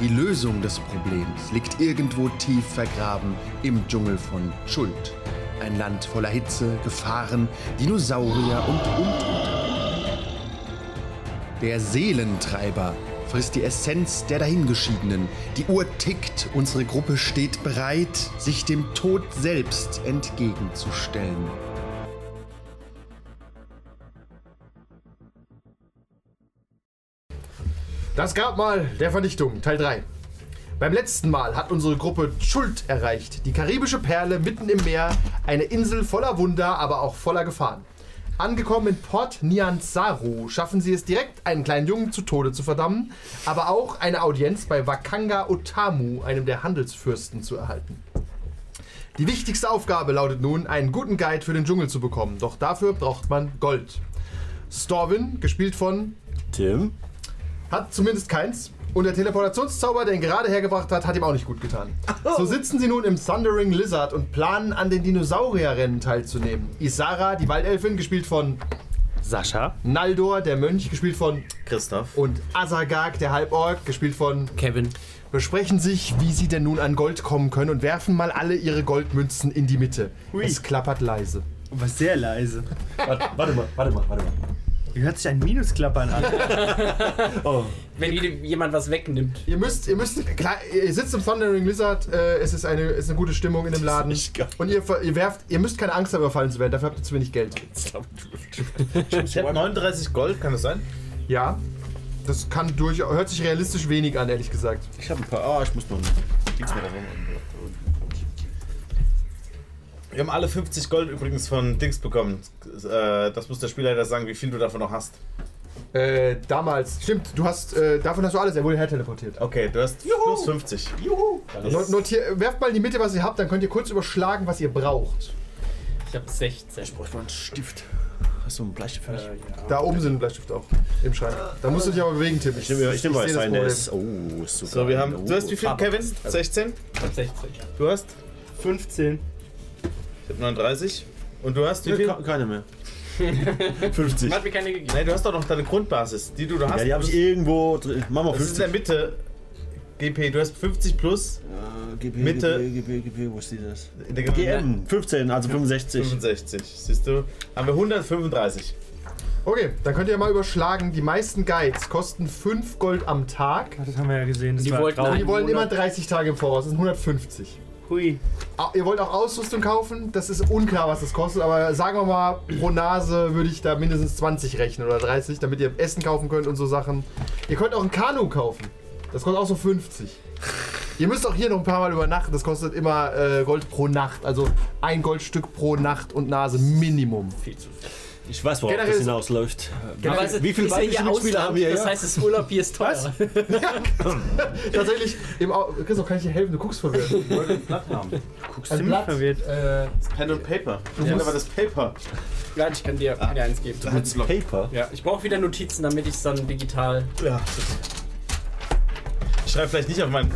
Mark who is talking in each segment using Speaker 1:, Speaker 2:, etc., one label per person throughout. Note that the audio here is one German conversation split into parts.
Speaker 1: Die Lösung des Problems liegt irgendwo tief vergraben im Dschungel von Schuld. Ein Land voller Hitze, Gefahren, Dinosaurier und Untote. Der Seelentreiber frisst die Essenz der Dahingeschiedenen. Die Uhr tickt, unsere Gruppe steht bereit, sich dem Tod selbst entgegenzustellen.
Speaker 2: Das Grabmal der Vernichtung, Teil 3. Beim letzten Mal hat unsere Gruppe Schuld erreicht, die karibische Perle mitten im Meer, eine Insel voller Wunder, aber auch voller Gefahren. Angekommen in Port Nyanzaru schaffen sie es direkt, einen kleinen Jungen zu Tode zu verdammen, aber auch eine Audienz bei Wakanga Otamu, einem der Handelsfürsten, zu erhalten. Die wichtigste Aufgabe lautet nun, einen guten Guide für den Dschungel zu bekommen, doch dafür braucht man Gold. Storvin, gespielt von
Speaker 3: Tim?
Speaker 2: Hat zumindest keins. Und der Teleportationszauber, den er gerade hergebracht hat, hat ihm auch nicht gut getan. So sitzen sie nun im Thundering Lizard und planen, an den Dinosaurierrennen teilzunehmen. Isara, die Waldelfin, gespielt von
Speaker 3: Sascha?
Speaker 2: Naldor, der Mönch, gespielt von
Speaker 3: Christoph?
Speaker 2: und Asagag, der Halborg, gespielt von
Speaker 4: Kevin.
Speaker 2: besprechen sich, wie sie denn nun an Gold kommen können und werfen mal alle ihre Goldmünzen in die Mitte. Es klappert leise.
Speaker 5: Aber sehr leise.
Speaker 3: Warte, warte mal, warte mal, warte mal.
Speaker 5: Hier hört sich ein Minusklappern an.
Speaker 3: Oh,
Speaker 4: Wenn jedem- jemand was wegnimmt.
Speaker 2: Ihr müsst, ihr müsst, klar, ihr sitzt im Thundering Lizard, äh, es ist eine, es ist eine gute Stimmung in dem Laden.
Speaker 3: nicht geil.
Speaker 2: Und ihr, ver- ihr werft, ihr müsst keine Angst haben, überfallen zu werden, dafür habt ihr zu wenig Geld.
Speaker 6: Ich habe 39 Gold, kann das sein?
Speaker 2: Ja, das kann durch, hört sich realistisch wenig an, ehrlich gesagt.
Speaker 3: ich habe ein paar. Ah, ich muss noch. Liegt's mir da rum?
Speaker 6: Wir haben alle 50 Gold übrigens von Dings bekommen. Äh, Das muss der Spielleiter sagen, wie viel du davon noch hast.
Speaker 2: Äh, damals, stimmt, du hast, äh, davon hast du alles, er wurde herteleportiert.
Speaker 6: Okay, du hast plus 50.
Speaker 2: Not, notier, werft mal in die Mitte, was ihr habt, dann könnt ihr kurz überschlagen, was ihr braucht.
Speaker 4: Ich habe 16.
Speaker 3: Ich bräuchte mal einen Stift. Hast du einen Bleistift für mich?
Speaker 6: Äh,
Speaker 2: Da oben sind ein Bleistift auch, im Schrank. Da musst du dich aber bewegen, Tim.
Speaker 3: ich nehme ich nehm
Speaker 2: seh
Speaker 3: mal jetzt
Speaker 2: das
Speaker 3: einen, der
Speaker 2: Problem.
Speaker 3: ist. Oh, ist super.
Speaker 6: So, wir haben. Du hast wie
Speaker 3: Oh.
Speaker 6: viel,
Speaker 4: Farbe.
Speaker 6: Kevin? 16?
Speaker 4: Ich habe 16.
Speaker 6: Du hast?
Speaker 5: 15.
Speaker 6: Ich habe 39. Und du hast wie
Speaker 3: Wie
Speaker 6: viel?
Speaker 3: Keine mehr. 50.
Speaker 4: Man hat mir keine gegeben.
Speaker 6: Nein, du hast doch noch deine Grundbasis, die du da hast.
Speaker 3: Ja, die habe ich eh irgendwo. drin. Mach mal
Speaker 6: das ist in der
Speaker 3: 50.
Speaker 6: Mitte. GP, du hast 50 plus
Speaker 3: Äh, GP,
Speaker 6: Mitte.
Speaker 3: GP, GP, wo steht das?
Speaker 6: in der
Speaker 3: GM. 15, also 65.
Speaker 6: 65. Siehst du? Haben wir 135.
Speaker 2: Okay, dann könnt ihr mal überschlagen, die meisten Guides kosten 5 Gold am Tag.
Speaker 5: Das haben wir ja gesehen. Das
Speaker 4: Die
Speaker 5: war
Speaker 4: wollten
Speaker 5: grau.
Speaker 2: Die wollen immer 30 Tage im Voraus, das sind 150.
Speaker 5: Hui.
Speaker 2: Ah, Ihr wollt auch Ausrüstung kaufen, das ist unklar, was das kostet, aber sagen wir mal, pro Nase würde ich da mindestens 20 rechnen oder 30, damit ihr Essen kaufen könnt und so Sachen. Ihr könnt auch ein Kanu kaufen, das kostet auch so 50. Ihr müsst auch hier noch ein paar Mal übernachten, das kostet immer äh, Gold pro Nacht, also ein Goldstück pro Nacht und Nase Minimum.
Speaker 4: Viel zu viel.
Speaker 3: Ich weiß, worauf
Speaker 2: Generell
Speaker 3: das
Speaker 2: ist-
Speaker 3: hinausläuft.
Speaker 4: Aber es ist-
Speaker 3: wie viele
Speaker 4: ist ja
Speaker 3: weibliche
Speaker 4: hier
Speaker 3: Mitspieler
Speaker 4: Ausland,
Speaker 3: haben wir,
Speaker 4: Das
Speaker 3: ja?
Speaker 4: heißt, das Urlaub hier ist teuer.
Speaker 2: Tatsächlich, im Au Christoph, kann ich dir helfen? Du guckst verwirrt.
Speaker 5: Guckst du mich verwirrt?
Speaker 2: Äh,
Speaker 6: Pen und Paper. Ich hätte aber das Paper.
Speaker 4: Ja, ich kann dir,
Speaker 2: Ah.
Speaker 4: kann dir eins geben.
Speaker 3: Mit Paper.
Speaker 4: Ja, ich brauche wieder Notizen, damit ich es dann digital.
Speaker 6: Ich schreibe vielleicht nicht auf meinen.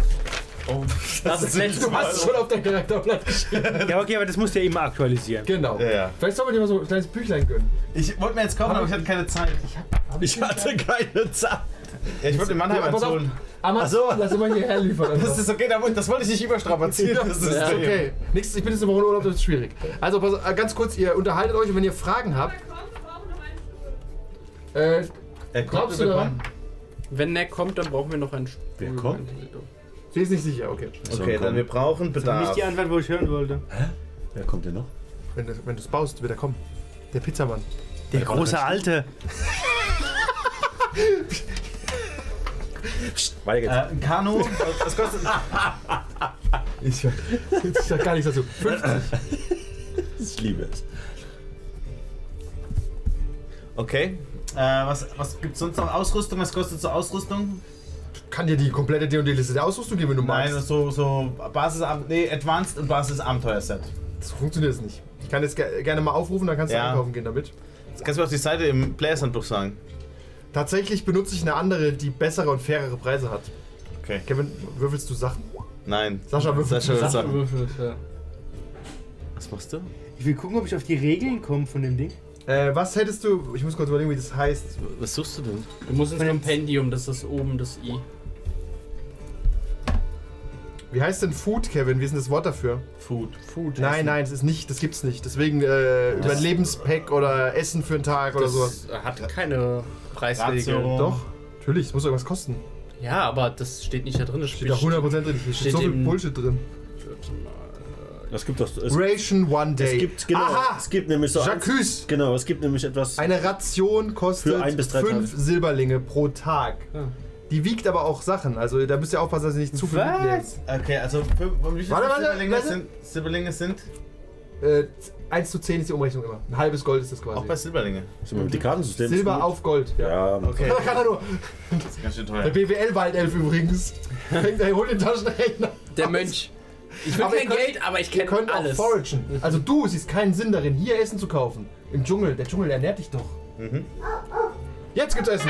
Speaker 6: Oh,
Speaker 4: Das ist letztes
Speaker 2: du hast es schon auf dein Charakterblatt geschrieben.
Speaker 5: Ja, okay, aber das musst du ja immer aktualisieren.
Speaker 2: Genau.
Speaker 6: Ja, ja.
Speaker 2: Vielleicht soll man dir mal so ein kleines Büchlein gönnen.
Speaker 6: Ich wollte mir jetzt kaufen, aber ich hatte keine Zeit.
Speaker 3: Ich hatte keine Zeit.
Speaker 6: Ja, ich wollte in Mannheim
Speaker 2: Ja,
Speaker 6: eins
Speaker 2: pass auf.
Speaker 6: holen.
Speaker 2: Aber
Speaker 3: Ach so.
Speaker 2: lass immer hierher liefern.
Speaker 6: Das ist okay, da wollte- das wollte ich nicht überstrapazieren. Das ist
Speaker 2: Ja, okay. Nix, ich bin jetzt eine Woche in Urlaub, das ist schwierig. Also pass, äh, ganz kurz, ihr unterhaltet euch und wenn ihr Fragen habt, äh,
Speaker 6: Er
Speaker 2: glaubst du daran?
Speaker 4: Wenn der kommt, dann brauchen wir noch einen.
Speaker 3: Wer kommt?
Speaker 2: Sie ist nicht sicher, okay.
Speaker 6: Okay, dann wir brauchen
Speaker 5: Nicht
Speaker 6: Bedarf.
Speaker 5: die Antwort, wo ich hören wollte.
Speaker 3: Wer kommt denn noch?
Speaker 2: Wenn du wenn du's baust, wird er kommen. Der Pizzamann.
Speaker 5: Der große Alte.
Speaker 3: Weiter geht's.
Speaker 6: Äh, ein Kanu. Was kostet
Speaker 2: Ich, ich sag gar nichts dazu. 50.
Speaker 3: ich liebe es.
Speaker 6: Okay. Äh, was was gibt es sonst noch? Ausrüstung? Was kostet so Ausrüstung?
Speaker 2: kann dir die komplette D&D-Liste aussuchen geben, wenn du
Speaker 6: Nein,
Speaker 2: magst.
Speaker 6: so, so Basis, nee, Advanced und Basis Abenteuerset.
Speaker 2: Das funktioniert jetzt nicht. Ich kann jetzt ge gerne mal aufrufen, dann kannst du
Speaker 6: Ja.
Speaker 2: einkaufen gehen damit.
Speaker 6: Das kannst du mir auf die Seite im Players Handbuch sagen.
Speaker 2: Tatsächlich benutze ich eine andere, die bessere und fairere Preise hat.
Speaker 6: Okay.
Speaker 2: Kevin, würfelst du Sachen?
Speaker 6: Nein.
Speaker 2: Sascha würfelt.
Speaker 6: Sascha will sagen.
Speaker 4: Würfel, ja.
Speaker 6: Was machst du?
Speaker 5: Ich will gucken, ob ich auf die Regeln komme von dem Ding.
Speaker 2: Äh, was hättest du, ich muss kurz überlegen, wie das heißt.
Speaker 6: Was suchst du denn?
Speaker 4: Du musst ins
Speaker 5: Friends.
Speaker 4: Kompendium, das ist oben das I.
Speaker 2: Wie heißt denn Food, Kevin? Wie ist denn das Wort dafür?
Speaker 6: Food. Food.
Speaker 2: Nein, nein, es ist nicht, das gibt's nicht. Deswegen äh, Überlebenspack oder Essen für einen Tag oder
Speaker 4: das
Speaker 2: sowas.
Speaker 4: hat keine Preisregel.
Speaker 6: Ratio.
Speaker 2: Doch, natürlich, es muss irgendwas kosten.
Speaker 4: Ja, aber das steht nicht da drin. Das
Speaker 2: Steht da 100% drin. Hier steht,
Speaker 4: steht
Speaker 2: so viel
Speaker 4: im-
Speaker 2: Bullshit drin.
Speaker 3: Es gibt doch. Es,
Speaker 2: Ration One Day.
Speaker 3: es gibt, genau.
Speaker 2: Aha!
Speaker 3: Es gibt nämlich so. eins-
Speaker 2: Jacques!
Speaker 3: Genau, es gibt nämlich etwas.
Speaker 2: Eine Ration kostet
Speaker 3: Für ein bis drei
Speaker 2: 5
Speaker 3: Tage. Ah.
Speaker 2: Silberlinge pro Tag.
Speaker 4: Ja.
Speaker 2: Die wiegt aber auch Sachen, also da müsst ihr aufpassen, dass ihr nicht zu viel
Speaker 5: Was?
Speaker 2: mitnehmt.
Speaker 6: Okay, also fünf, wie viele
Speaker 2: Warte, warte,
Speaker 6: Silberlinge
Speaker 2: warte.
Speaker 6: sind? Silberlinge sind?
Speaker 2: Äh, 1 zu 10 ist die Umrechnung immer. Ein halbes Gold ist das
Speaker 6: Auch bei
Speaker 2: quasi.
Speaker 6: Silberlinge.
Speaker 3: Sind wir mit dem Kartensystem
Speaker 2: Silber
Speaker 3: gut?
Speaker 2: auf Gold.
Speaker 3: Ja,
Speaker 6: Okay.
Speaker 2: Da kann er nur.
Speaker 6: Das ist ganz schön
Speaker 2: Der
Speaker 6: teuer.
Speaker 2: BWL-Waldelf übrigens. Fängt er, holt den Taschenrechner.
Speaker 4: Der Mönch. Ich will
Speaker 2: Aber ihr
Speaker 4: kein
Speaker 2: könnt-
Speaker 4: Geld, aber ich
Speaker 2: Ihr
Speaker 4: kenne
Speaker 2: könnt
Speaker 4: alles.
Speaker 2: auch foragen. Also du siehst keinen Sinn darin, hier Essen zu kaufen. Im Dschungel. Der Dschungel ernährt dich doch.
Speaker 6: Mhm.
Speaker 2: Jetzt gibt's Essen.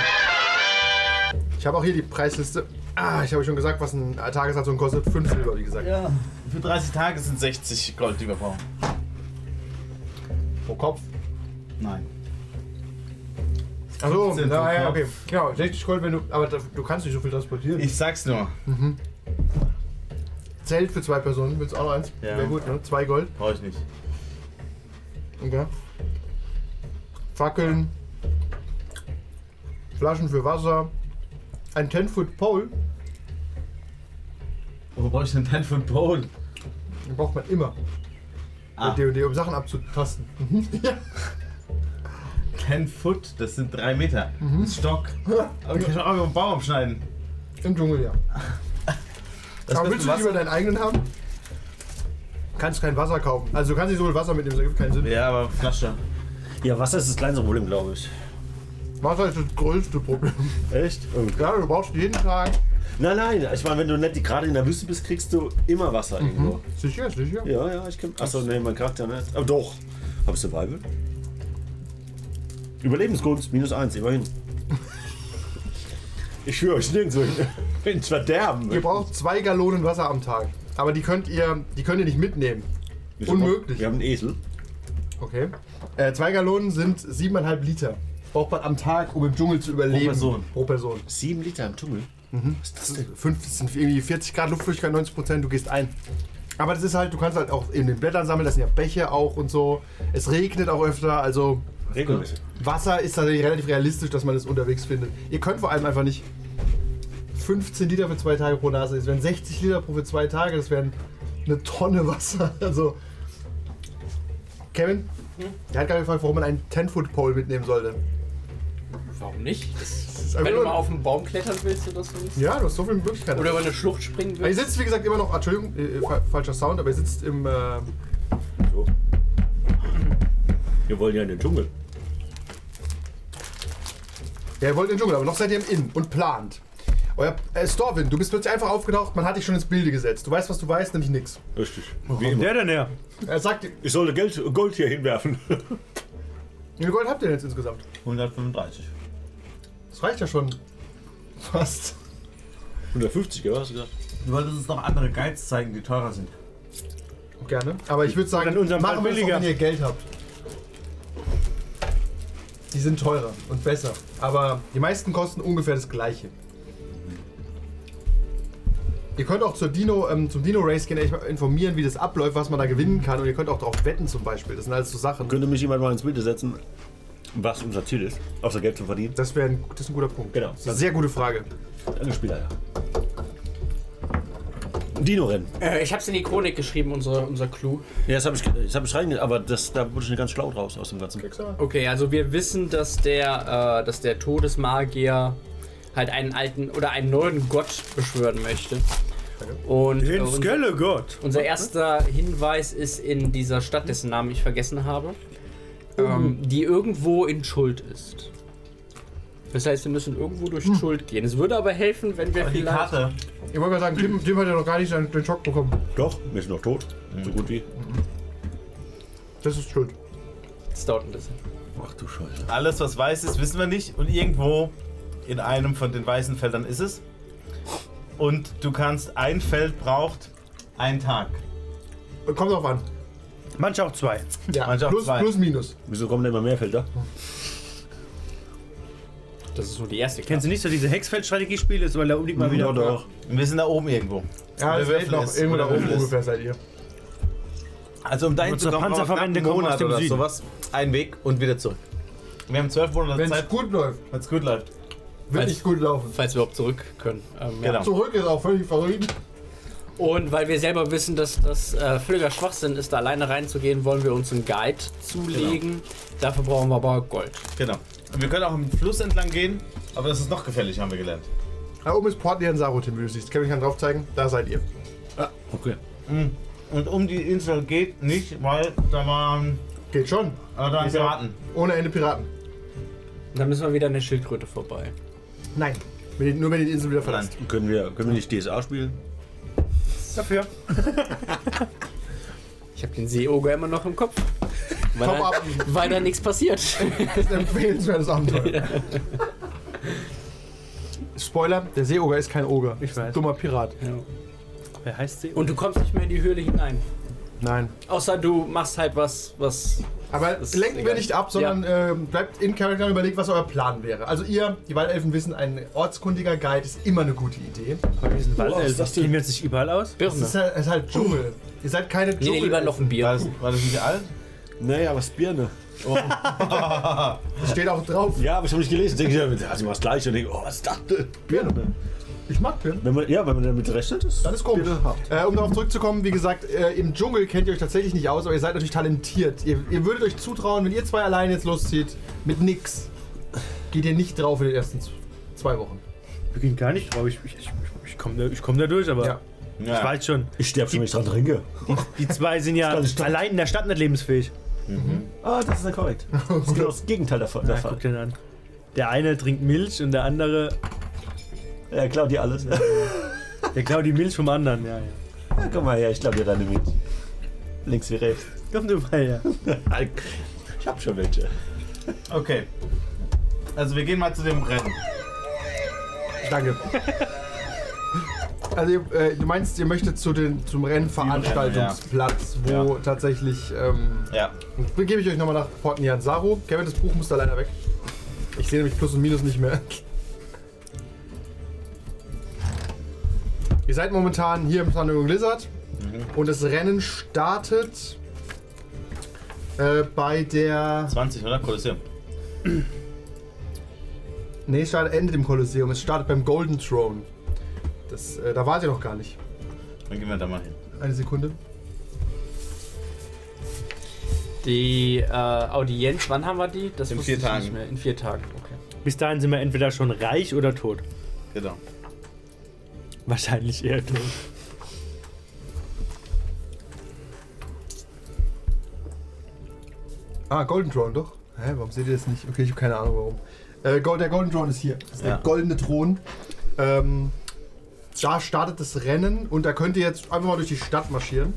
Speaker 2: Ich habe auch hier die Preisliste. Ah, ich habe schon gesagt, was ein Tagesration kostet. 5 Silber, wie gesagt.
Speaker 6: Ja. Für 30 Tage sind 60 Gold, die wir brauchen.
Speaker 2: Pro Kopf.
Speaker 6: Nein.
Speaker 2: Achso,
Speaker 6: 15 pro
Speaker 2: naja,
Speaker 6: Kopf.
Speaker 2: okay. Genau, 60 Gold, wenn du. Aber da- du kannst nicht so viel transportieren.
Speaker 6: Ich sag's nur.
Speaker 2: Zelt für zwei Personen. Willst du auch noch eins?
Speaker 6: Ja.
Speaker 2: Wäre gut, ne? Zwei Gold.
Speaker 6: Brauche ich nicht.
Speaker 2: Okay. Fackeln. Flaschen für Wasser. Ein 10-Foot-Pole.
Speaker 6: Wo brauche ich denn dann von Bowl?
Speaker 2: Den braucht man immer.
Speaker 6: Ah.
Speaker 2: Bei D&D, um Sachen abzutasten. Mhm. ja.
Speaker 6: 10 Foot, das sind 3 Meter.
Speaker 2: Mhm.
Speaker 6: Das ist Stock. Aber ich kann auch einen Baum abschneiden.
Speaker 2: Im Dschungel, ja.
Speaker 6: Das
Speaker 2: Aber
Speaker 6: bist
Speaker 2: willst
Speaker 6: du
Speaker 2: du lieber deinen eigenen haben? Kannst kein Wasser kaufen. Also du kannst nicht so viel Wasser mitnehmen, das gibt keinen Sinn.
Speaker 6: Ja, aber Flasche.
Speaker 3: Ja, Wasser ist das kleinste Problem, glaube ich.
Speaker 2: Wasser ist das größte Problem.
Speaker 3: Echt? Oh Irgendwie.
Speaker 2: Ja, du brauchst jeden Tag.
Speaker 3: Nein, nein, ich meine, wenn du nicht die- gerade in der Wüste bist, kriegst du immer Wasser irgendwo.
Speaker 2: Sicher, sicher.
Speaker 3: Ja, ja, ich kenn. Achso, nee, mein Charakter nicht. Aber doch. Hab ich Survival? Überlebenskunst, minus eins, immerhin. Ich schwöre euch nirgendwo hin. Ins Verderben.
Speaker 2: Ihr braucht zwei Gallonen Wasser am Tag. Aber die könnt ihr, die könnt ihr nicht mitnehmen.
Speaker 3: Wir haben-
Speaker 2: Unmöglich.
Speaker 3: Wir haben einen Esel.
Speaker 2: Okay. Äh, zwei Gallonen sind siebeneinhalb Liter. Braucht man am Tag, um im Dschungel zu überleben.
Speaker 6: Person.
Speaker 2: Pro Person.
Speaker 3: Sieben Liter im Dschungel.
Speaker 5: Mhm.
Speaker 3: Was ist das denn?
Speaker 2: Fünf- das sind irgendwie 40 Grad Luftfeuchtigkeit, 90 Prozent, du gehst ein. Aber das ist halt, du kannst halt auch in den Blättern sammeln, das sind ja Bäche auch und so. Es regnet auch öfter, also
Speaker 3: Regelmäßig.
Speaker 2: Wasser ist tatsächlich relativ realistisch, dass man es unterwegs findet. Ihr könnt vor allem einfach nicht 15 Liter für zwei Tage pro Nase, das wären 60 Liter pro für zwei Tage, das wären eine Tonne Wasser. Also, Kevin, der hat gerade gefragt, warum man einen 10-Foot-Pole mitnehmen sollte.
Speaker 4: Warum nicht?
Speaker 2: Das ist
Speaker 4: Wenn
Speaker 2: einfach
Speaker 4: du
Speaker 2: nur-
Speaker 4: mal auf einen Baum klettern willst oder so.
Speaker 2: ja, du hast so viele Möglichkeiten.
Speaker 4: Oder über eine Schlucht springen
Speaker 2: Aber ihr
Speaker 4: willst.
Speaker 2: sitzt, wie gesagt, immer noch, Entschuldigung, äh, fa- falscher Sound, aber ihr sitzt im, äh,
Speaker 3: Wir wollen ja in den Dschungel.
Speaker 2: ja, ihr wollt in den Dschungel, aber noch seid ihr im Inn und plant. Euer, äh, Storwin, du bist plötzlich einfach aufgetaucht, man hat dich schon ins Bilde gesetzt. Du weißt, was du weißt, nämlich nix.
Speaker 3: Richtig. Wie
Speaker 5: Wie
Speaker 3: immer.
Speaker 5: der denn her?
Speaker 2: Er sagt, wie
Speaker 3: Ich sollte Geld, Gold hier hinwerfen.
Speaker 2: viel Gold habt ihr denn jetzt insgesamt?
Speaker 6: 135.
Speaker 2: Das reicht ja schon. Fast.
Speaker 3: 150, oder was hast du gesagt?
Speaker 6: Du wolltest uns noch andere Guides zeigen, die teurer sind.
Speaker 2: Gerne. Aber ich würde sagen,
Speaker 5: Dann unserem
Speaker 2: machen
Speaker 5: Fall
Speaker 2: wir es doch,
Speaker 5: billiger.
Speaker 2: wenn ihr Geld habt. Die sind teurer und besser. Aber die meisten kosten ungefähr das gleiche. Ihr könnt auch zur Dino, ähm, zum Dino Race gehen, euch mal informieren, wie das abläuft, was man da gewinnen kann. Und ihr könnt auch darauf wetten zum Beispiel. Das sind alles so Sachen.
Speaker 3: Könnte mich jemand mal ins Bild setzen, was unser Ziel ist, außer Geld zu verdienen?
Speaker 2: Das, wär ein, das ist ein guter Punkt.
Speaker 3: Genau.
Speaker 2: Das ist eine sehr gute Frage.
Speaker 3: Alle Spieler, ja. Dino-Rennen.
Speaker 4: Äh, ich hab's in die Chronik geschrieben, unser, unser Clou.
Speaker 3: Ja, das habe ich, das hab ich reinge... Aber das, da wurde ich nicht ganz schlau draus aus dem Ganzen.
Speaker 4: Okay, also wir wissen, dass der, äh, dass der Todesmagier halt einen alten oder einen neuen Gott beschwören möchte. Und äh,
Speaker 5: Den
Speaker 4: unser,
Speaker 5: Skellegott.
Speaker 4: unser erster Hinweis ist in dieser Stadt, dessen Namen
Speaker 2: Uh.
Speaker 4: ich vergessen habe, ähm, die irgendwo in Schuld ist. Das heißt, wir müssen irgendwo durch
Speaker 2: Hm.
Speaker 4: Schuld gehen. Es würde aber helfen, wenn wir
Speaker 6: Aber die
Speaker 4: vielleicht.
Speaker 6: Karte.
Speaker 2: Ich wollte gerade sagen, Tim, Tim hat ja noch gar nicht seinen, den Schock bekommen.
Speaker 3: Doch, wir sind noch tot. So gut wie.
Speaker 2: Das ist schuld.
Speaker 4: Das dauert ein bisschen.
Speaker 3: Ach du Scheiße.
Speaker 6: Alles, was weiß ist, wissen wir nicht. Und irgendwo in einem von den weißen Feldern ist es. Und du kannst, ein Feld braucht einen Tag.
Speaker 2: Kommt drauf an.
Speaker 5: Manche auch zwei.
Speaker 2: Ja,
Speaker 6: Manche Also auch
Speaker 2: plus,
Speaker 6: zwei.
Speaker 2: plus, minus.
Speaker 3: Wieso kommen denn immer mehr Felder?
Speaker 4: Das ist nur die erste
Speaker 5: Kennst
Speaker 4: Karte.
Speaker 5: du nicht so diese Hexfeld-Strategiespiele? So, weil da obliegt mal wieder.
Speaker 6: Und wir sind da oben irgendwo.
Speaker 2: Ja,
Speaker 6: Oder
Speaker 2: das
Speaker 6: Würfel
Speaker 2: ist noch
Speaker 6: ist-
Speaker 2: irgendwo da
Speaker 6: oder
Speaker 2: oben
Speaker 6: Würfel ist.
Speaker 2: ungefähr seid ihr.
Speaker 6: Also um dahin
Speaker 5: Mit
Speaker 6: zu
Speaker 5: der
Speaker 6: kommen, braucht knapp
Speaker 5: Panzerverwendung
Speaker 6: einen
Speaker 5: oben aus
Speaker 6: Monat
Speaker 5: dem
Speaker 6: oder
Speaker 5: Süden.
Speaker 6: sowas. Ein Weg und wieder zurück. Wir haben zwölf Monate
Speaker 2: Wenn es
Speaker 6: Zeit,
Speaker 2: gut läuft,
Speaker 6: wenn es gut läuft.
Speaker 2: wird
Speaker 4: Weiß-
Speaker 2: nicht gut laufen.
Speaker 4: Falls wir überhaupt zurück können. Ähm, ja.
Speaker 6: Genau.
Speaker 2: Zurück ist auch völlig verrückt.
Speaker 4: Und weil wir selber wissen, dass das äh, völliger Schwachsinn ist, da alleine reinzugehen, wollen wir uns einen Guide zulegen. Dafür brauchen wir aber Gold.
Speaker 6: Genau. Und wir können auch im Fluss entlang gehen, aber das ist noch gefährlich, haben wir gelernt.
Speaker 2: Da oben ist Port Niansaro, Tim, wie du siehst. Kevin kann drauf zeigen, da seid ihr.
Speaker 3: Okay.
Speaker 6: Und um die Insel geht nicht, weil da waren,
Speaker 2: Geht schon.
Speaker 6: äh, da waren Piraten.
Speaker 2: Ohne Ende Piraten.
Speaker 4: Dann müssen wir wieder an der Schildkröte vorbei.
Speaker 2: Nein. Wenn ihr, nur wenn ihr die Insel wieder verlasst.
Speaker 6: Verlangt.
Speaker 3: Können wir, können wir nicht DSA spielen?
Speaker 5: Dafür.
Speaker 4: Ich habe den Seeoger immer noch im Kopf. Weil
Speaker 2: Top
Speaker 4: da,
Speaker 2: up.
Speaker 4: weil da nichts passiert.
Speaker 2: Das ist ein empfehlenswertes Abenteuer. Spoiler, der Seeoger ist kein Oger.
Speaker 5: Ich weiß.
Speaker 2: Dummer Pirat.
Speaker 5: Wer heißt sie?
Speaker 4: Und du kommst nicht mehr in die Höhle hinein.
Speaker 2: Nein.
Speaker 4: Außer du machst halt was, was.
Speaker 2: Aber
Speaker 4: Das ist
Speaker 2: lenken wir
Speaker 4: egal.
Speaker 2: nicht ab, sondern ähm, bleibt in Charakter und überlegt, was euer Plan wäre. Also ihr, die Waldelfen wissen, ein ortskundiger Guide ist immer eine gute Idee.
Speaker 5: Wir sind
Speaker 3: Oh, was
Speaker 5: Waldelfen.
Speaker 3: ist das denn?
Speaker 5: Kennen wir uns nicht überall aus?
Speaker 2: Es ist, halt, es ist halt Dschungel. Ihr seid keine
Speaker 4: Nee,
Speaker 2: Dschungel.
Speaker 4: nee, lieber noch ein
Speaker 6: War
Speaker 4: Bier.
Speaker 6: das, war das nicht alt?
Speaker 3: Naja, was Birne?
Speaker 2: Es steht auch drauf.
Speaker 3: Ja, aber ich habe nicht gelesen. Denke ich, ja, also mach's gleich und denke, oh, was ist das denn?
Speaker 2: Birne. Ich mag Birnen.
Speaker 3: Wenn man, ja, wenn man damit rechnet, ist
Speaker 2: Das ist komisch.
Speaker 3: Birne hart.
Speaker 2: Äh, um darauf zurückzukommen, wie gesagt, äh, im Dschungel kennt ihr euch tatsächlich nicht aus, aber ihr seid natürlich talentiert. Ihr, ihr würdet euch zutrauen, wenn ihr zwei alleine jetzt loszieht, mit nix, geht ihr nicht drauf in den ersten z- zwei Wochen.
Speaker 5: Wir gehen gar nicht drauf. Ich, ich, ich, ich komme da, ich komm da durch, aber
Speaker 2: Ja.
Speaker 5: ich
Speaker 6: Ja.
Speaker 5: weiß schon.
Speaker 3: Ich sterbe schon, wenn ich dran trinke.
Speaker 5: Die zwei sind ja
Speaker 3: Das ist doch-
Speaker 5: allein in der Stadt nicht lebensfähig.
Speaker 3: Ah, das ist ja korrekt. Das ist genau das Gegenteil der Fall. Der,
Speaker 5: Na,
Speaker 3: Fall.
Speaker 5: guck den an. Der eine trinkt Milch und der andere,
Speaker 3: Ja, klar, dir alles.
Speaker 5: der klaut die Milch vom anderen. Ja, ja.
Speaker 3: Ja, komm mal her, ich glaube dir deine mit. Links wie rechts.
Speaker 5: Komm du mal her.
Speaker 3: Ich hab schon welche.
Speaker 6: Okay. Also wir gehen mal zu dem Rennen.
Speaker 2: Danke. Also ihr, äh, du meinst, ihr möchtet zu den, zum Rennveranstaltungsplatz, wo tatsächlich, ähm,
Speaker 6: Ja.
Speaker 2: dann gebe ich euch nochmal nach Port Nianzaro. Kevin, das Buch muss da leider weg. Ich sehe nämlich Plus und Minus nicht mehr. Ihr seid momentan hier im Thundering Blizzard und das Rennen startet äh, bei der
Speaker 6: 20, oder? Kolosseum.
Speaker 2: Nee, es startet, endet im Kolosseum. Es startet beim Golden Throne. Das, äh, da wart ihr noch gar nicht.
Speaker 6: Dann gehen wir da mal hin.
Speaker 2: Eine Sekunde.
Speaker 4: Die äh, Audienz, wann haben wir die? Das
Speaker 6: In
Speaker 4: wusste
Speaker 6: vier
Speaker 4: ich
Speaker 6: Tagen.
Speaker 4: Nicht mehr. In vier Tagen, okay.
Speaker 5: Bis dahin sind wir entweder schon reich oder tot.
Speaker 6: Genau.
Speaker 5: Wahrscheinlich eher tot.
Speaker 2: Ah, Golden Throne, doch. Hä, warum seht ihr das nicht? Okay, ich habe keine Ahnung warum. Äh, Gold, der Golden Throne ist hier. Das ist
Speaker 6: Ja.
Speaker 2: der goldene Thron. Ähm, da startet das Rennen und da könnt ihr jetzt einfach mal durch die Stadt marschieren.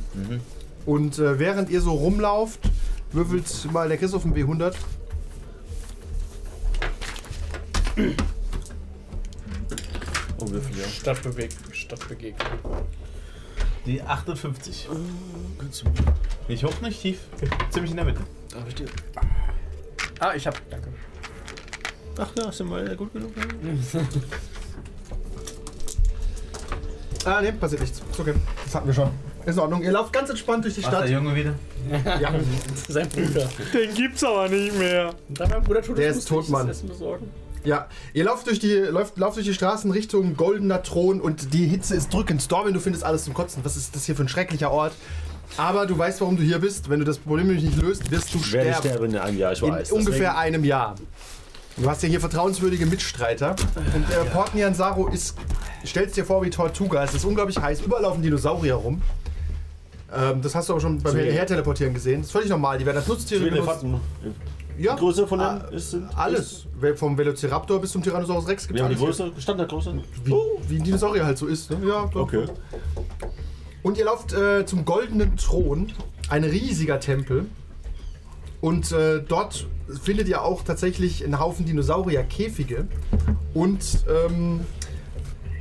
Speaker 2: Und äh, während ihr so rumlauft, würfelt mal der Chris auf den W100.
Speaker 3: Oh, Ungefähr.
Speaker 4: Stadtbewegung, Stadtbegegnung.
Speaker 6: Die 58.
Speaker 3: Oh,
Speaker 6: Nicht hoch, nicht tief. Ziemlich in der Mitte.
Speaker 3: Darf ich dir?
Speaker 4: Ah, ich hab. Danke.
Speaker 3: Ach ja, sind wir gut genug?
Speaker 2: Ah, ne, passiert nichts. Ist okay. Das hatten wir schon. Ist in Ordnung. Ihr lauft ganz entspannt durch die
Speaker 6: Was der
Speaker 2: Stadt.
Speaker 6: Junge wieder?
Speaker 2: Ja.
Speaker 4: Sein Bruder.
Speaker 5: Den gibt's aber nicht mehr.
Speaker 4: Darf mein Bruder tun,
Speaker 2: Der
Speaker 4: das
Speaker 2: ist
Speaker 4: muss
Speaker 2: tot,
Speaker 4: ich das
Speaker 2: Mann.
Speaker 4: Essen besorgen?
Speaker 2: Ja, ihr lauft durch die, läuft, lauft durch die Straßen Richtung Goldener Thron und die Hitze ist drückend. Stormin, du findest alles zum Kotzen. Was ist das hier für ein schrecklicher Ort? Aber du weißt, warum du hier bist. Wenn du das Problem nämlich nicht löst, wirst du
Speaker 3: Ich werde
Speaker 2: sterben.
Speaker 3: sterben in einem Jahr, ich
Speaker 2: In
Speaker 3: weiß.
Speaker 2: ungefähr einem Jahr. Du hast ja hier vertrauenswürdige Mitstreiter. Und äh, Port Nianzaro ist, stellst dir vor wie Tortuga. Es ist unglaublich heiß. Überall laufen Dinosaurier rum. Ähm, das hast du aber schon beim Herteleportieren gesehen. Das ist völlig normal. Die werden als Nutztiere
Speaker 3: Deswegen-
Speaker 2: benutzt.
Speaker 3: Elefanten.
Speaker 2: Ja,
Speaker 3: Die Größe von dem
Speaker 2: Ah,
Speaker 3: ist sind,
Speaker 2: alles. We- Vom Velociraptor bis zum Tyrannosaurus Rex gibt
Speaker 3: Wir
Speaker 2: es
Speaker 3: haben die
Speaker 2: alles.
Speaker 3: Größe, Standardgröße.
Speaker 2: Wie, wie ein Dinosaurier halt so ist. Ne? Ja, doch.
Speaker 3: Okay.
Speaker 2: Und ihr lauft äh, zum goldenen Thron, ein riesiger Tempel. Und äh, dort findet ihr auch tatsächlich einen Haufen Dinosaurier-Käfige und ähm,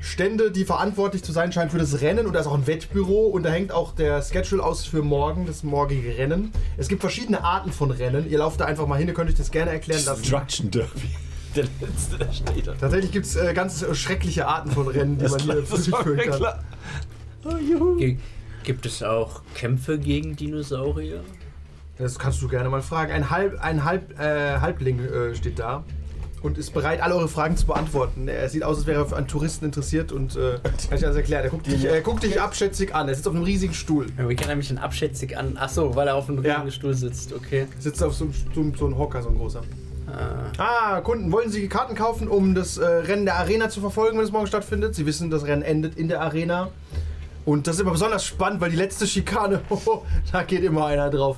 Speaker 2: Stände, die verantwortlich zu sein scheinen für das Rennen. Und da ist auch ein Wettbüro und da hängt auch der Schedule aus für morgen, das morgige Rennen. Es gibt verschiedene Arten von Rennen. Ihr lauft da einfach mal hin, ihr könnt euch das gerne erklären lassen.
Speaker 3: Destruction Derby. Der letzte, der steht da.
Speaker 2: Tatsächlich gibt es äh, ganz schreckliche Arten von Rennen, die man hier durchführen kann.
Speaker 4: Ge- Gibt es auch Kämpfe gegen Dinosaurier?
Speaker 2: Das kannst du gerne mal fragen. Ein, Halb, ein Halb, äh, Halbling äh, steht da und ist bereit, alle eure Fragen zu beantworten. Er sieht aus, als wäre er an Touristen interessiert und äh, kann ich alles erklären. Er guckt dich, er guckt dich abschätzig an. Er sitzt auf einem riesigen Stuhl.
Speaker 4: Ja, wie kann er mich denn abschätzig an? Achso, weil er auf einem
Speaker 2: Ja.
Speaker 4: riesigen Stuhl sitzt, okay.
Speaker 2: Sitzt auf so einem, so einem- so einem Hocker, so ein großer.
Speaker 4: Ah,
Speaker 2: Ah, Kunden, wollen Sie Karten kaufen, um das äh, Rennen der Arena zu verfolgen, wenn es morgen stattfindet? Sie wissen, das Rennen endet in der Arena. Und das ist immer besonders spannend, weil die letzte Schikane, da geht immer einer drauf.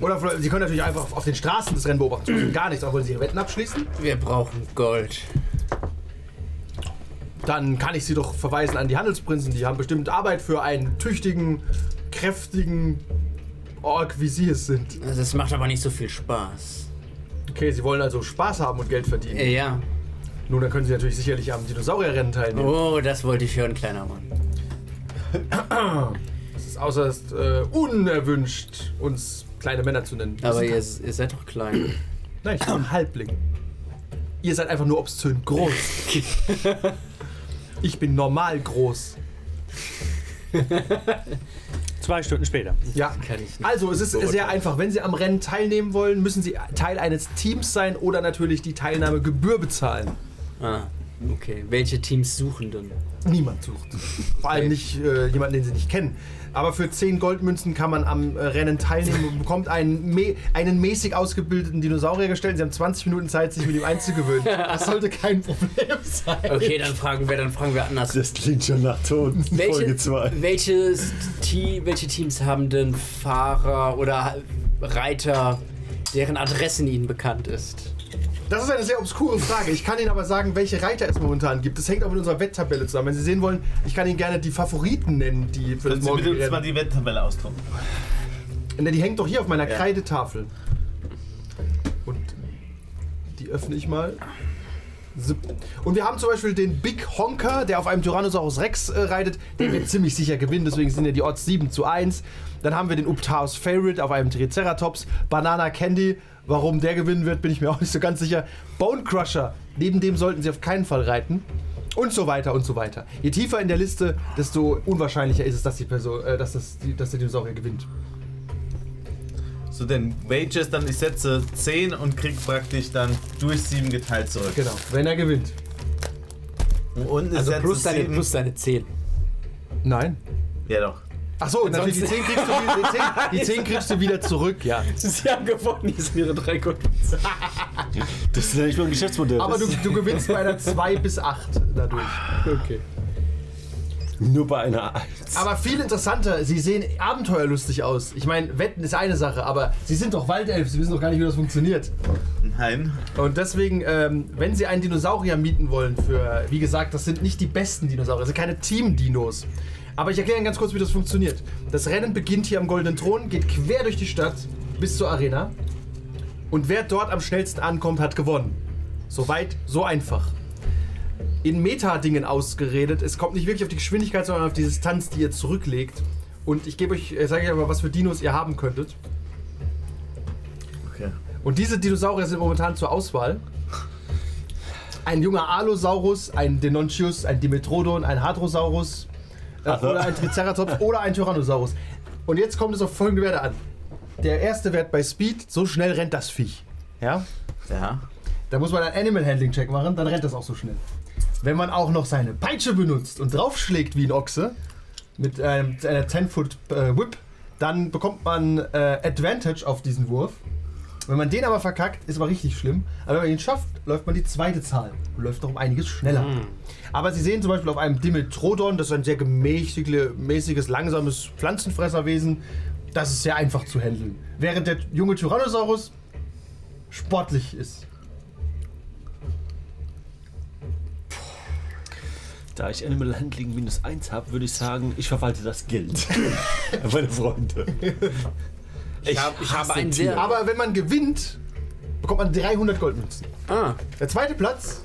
Speaker 2: Oder vielleicht- Sie können natürlich einfach auf- auf den Straßen das Rennen beobachten. Sie müssen gar nichts, aber wollen Sie Ihre Wetten abschließen?
Speaker 4: wir brauchen Gold.
Speaker 2: Dann kann ich Sie doch verweisen an die Handelsprinzen. Die haben bestimmt Arbeit für einen tüchtigen, kräftigen Ork, wie Sie es sind.
Speaker 4: Das macht aber nicht so viel Spaß.
Speaker 2: Okay, Sie wollen also Spaß haben und Geld verdienen.
Speaker 4: Äh, Ja, ja.
Speaker 2: Nun, dann können Sie natürlich sicherlich am Dinosaurierrennen teilnehmen.
Speaker 4: Oh, das wollte ich hören, kleiner Mann.
Speaker 2: Es ist äußerst äh, unerwünscht, uns kleine Männer zu nennen.
Speaker 4: Aber ihr, ihr seid doch klein.
Speaker 2: Nein, ich bin ein Halbling. Ihr seid einfach nur obszön groß. Ich bin normal groß.
Speaker 5: Zwei Stunden später.
Speaker 2: Ja.
Speaker 4: Kann ich nicht.
Speaker 2: Also, es ist sehr einfach. Wenn Sie am Rennen teilnehmen wollen, müssen Sie Teil eines Teams sein oder natürlich die Teilnahmegebühr bezahlen.
Speaker 4: Ah, okay. Welche Teams suchen denn?
Speaker 2: Niemand sucht. Vor allem nicht äh, jemanden, den sie nicht kennen. Aber für 10 Goldmünzen kann man am äh, Rennen teilnehmen und bekommt einen, mä- einen mäßig ausgebildeten Dinosaurier gestellt. Sie haben 20 Minuten Zeit, sich mit ihm einzugewöhnen. Das sollte kein Problem sein.
Speaker 4: Okay, dann fragen wir, dann fragen wir anders.
Speaker 3: Das klingt schon nach Tod. Folge 2.
Speaker 4: Welche, welches Te welche Teams haben denn Fahrer oder Reiter, deren Adressen ihnen bekannt ist?
Speaker 2: Das ist eine sehr obskure Frage. Ich kann Ihnen aber sagen, welche Reiter es momentan gibt. Das hängt auch mit unserer Wetttabelle zusammen. Wenn Sie sehen wollen, ich kann Ihnen gerne die Favoriten nennen, die für das
Speaker 6: Können Sie bitte
Speaker 2: morgige
Speaker 6: uns mal
Speaker 2: Rennen.
Speaker 6: die Wetttabelle ausdrucken?
Speaker 2: Ne, Die hängt doch hier auf meiner
Speaker 6: Ja.
Speaker 2: Kreidetafel. Und die öffne ich mal. Zip. Und wir haben zum Beispiel den Big Honker, der auf einem Tyrannosaurus Rex äh, reitet. Der wird ziemlich sicher gewinnen, deswegen sind ja die Odds 7 zu 1. Dann haben wir den Uptaus Favorite auf einem Triceratops. Banana Candy, warum der gewinnen wird, bin ich mir auch nicht so ganz sicher. Bone Crusher, neben dem sollten sie auf keinen Fall reiten. Und so weiter und so weiter. Je tiefer in der Liste, desto unwahrscheinlicher ist es, dass, die Person, äh, dass, das, die, dass der Dinosaurier gewinnt.
Speaker 6: So, denn Wages, dann ich setze 10 und krieg praktisch dann durch 7 geteilt zurück.
Speaker 2: Genau, wenn er gewinnt.
Speaker 6: Und ich
Speaker 4: Also
Speaker 6: setze
Speaker 4: plus deine,
Speaker 6: sieben-
Speaker 4: plus deine 10.
Speaker 2: Nein.
Speaker 6: Ja, doch.
Speaker 2: Achso, natürlich, die 10 kriegst du wieder, die 10, die 10 kriegst du wieder zurück, ja.
Speaker 4: Sie haben gewonnen, die sind ihre drei Kunden.
Speaker 3: Das ist ja nicht mal ein Geschäftsmodell.
Speaker 2: Aber du, du gewinnst bei einer 2 bis 8 dadurch. Okay.
Speaker 3: Nur bei einer 1.
Speaker 2: Aber viel interessanter, sie sehen abenteuerlustig aus. Ich meine, Wetten ist eine Sache, aber sie sind doch Waldelf, sie wissen doch gar nicht, wie das funktioniert.
Speaker 6: Nein.
Speaker 2: Und deswegen, ähm, wenn sie einen Dinosaurier mieten wollen für, wie gesagt, das sind nicht die besten Dinosaurier, das sind keine Team-Dinos. Aber ich erkläre Ihnen ganz kurz, wie das funktioniert. Das Rennen beginnt hier am Goldenen Thron, geht quer durch die Stadt bis zur Arena. Und wer dort am schnellsten ankommt, hat gewonnen. Soweit, so einfach. In Meta-Dingen ausgeredet, es kommt nicht wirklich auf die Geschwindigkeit, sondern auf die Distanz, die ihr zurücklegt. Und ich gebe euch, äh, sage ich aber, was für Dinos ihr haben könntet.
Speaker 6: Okay.
Speaker 2: Und diese Dinosaurier sind momentan zur Auswahl. Ein junger Allosaurus, ein Denontius, ein Dimetrodon, ein Hadrosaurus äh, oder ein Triceratops oder ein Tyrannosaurus. Und jetzt kommt es auf folgende Werte an. Der erste Wert bei Speed, so schnell rennt das Viech. Ja?
Speaker 6: Ja.
Speaker 2: Da muss man einen Animal Handling Check machen, dann rennt das auch so schnell. Wenn man auch noch seine Peitsche benutzt und draufschlägt wie ein Ochse mit einem, einer 10-Foot-Whip, dann bekommt man äh, Advantage auf diesen Wurf. Wenn man den aber verkackt, ist aber richtig schlimm. Aber wenn man ihn schafft, läuft man die zweite Zahl und läuft noch um einiges schneller. Aber Sie sehen zum Beispiel auf einem Dimetrodon, das ist ein sehr gemäßige, mäßiges, langsames Pflanzenfresserwesen, Das ist sehr einfach zu handeln. Während der junge Tyrannosaurus sportlich ist.
Speaker 3: Da ich Animal Handling minus 1 habe, würde ich sagen, ich verwalte das Geld. An Meine Freunde.
Speaker 4: Ich, hab, ich habe einen sehr.
Speaker 2: Aber wenn man gewinnt, bekommt man 300 Goldmünzen.
Speaker 4: Ah,
Speaker 2: Der zweite Platz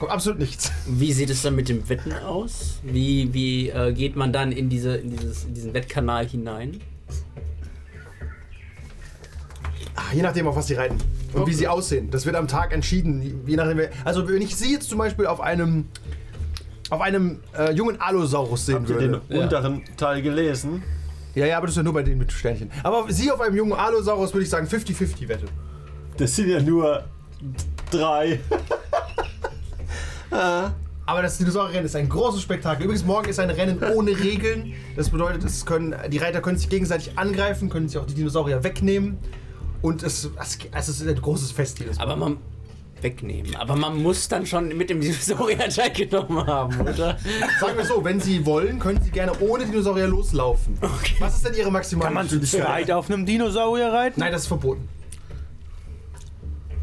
Speaker 2: kommt absolut nichts.
Speaker 4: wie sieht es dann mit dem Wetten aus? Wie, wie äh, geht man dann in, diese, in, dieses, in diesen Wettkanal hinein?
Speaker 2: Ah, je nachdem, auf was sie reiten und wie sie aussehen. Das wird am Tag entschieden. Je nachdem, wer- also wenn ich sie jetzt zum Beispiel auf einem auf einem äh, jungen Allosaurus sehen
Speaker 3: Habt ihr den
Speaker 2: würde.
Speaker 3: unteren Teil gelesen?
Speaker 2: Ja, ja, aber das ist ja nur bei denen mit Sternchen. Aber auf sie auf einem jungen Allosaurus würde ich sagen 50-50 wette.
Speaker 3: Das sind ja nur drei.
Speaker 2: Aber das Dinosaurierrennen ist ein großes Spektakel. Übrigens, morgen ist ein Rennen ohne Regeln. Das bedeutet, es können, die Reiter können sich gegenseitig angreifen, können sich auch die Dinosaurier wegnehmen. Und es, es, es ist ein großes Fest jedes Mal.
Speaker 4: Aber man. Wegnehmen. Aber man muss dann schon mit dem Dinosaurier teilgenommen haben, oder?
Speaker 2: Sagen wir so, wenn Sie wollen, können Sie gerne ohne Dinosaurier loslaufen. Was ist denn Ihre maximale
Speaker 5: Kann man zu
Speaker 2: Geschwindigkeit?
Speaker 5: zweit auf einem Dinosaurier reiten?
Speaker 2: Nein, das ist verboten.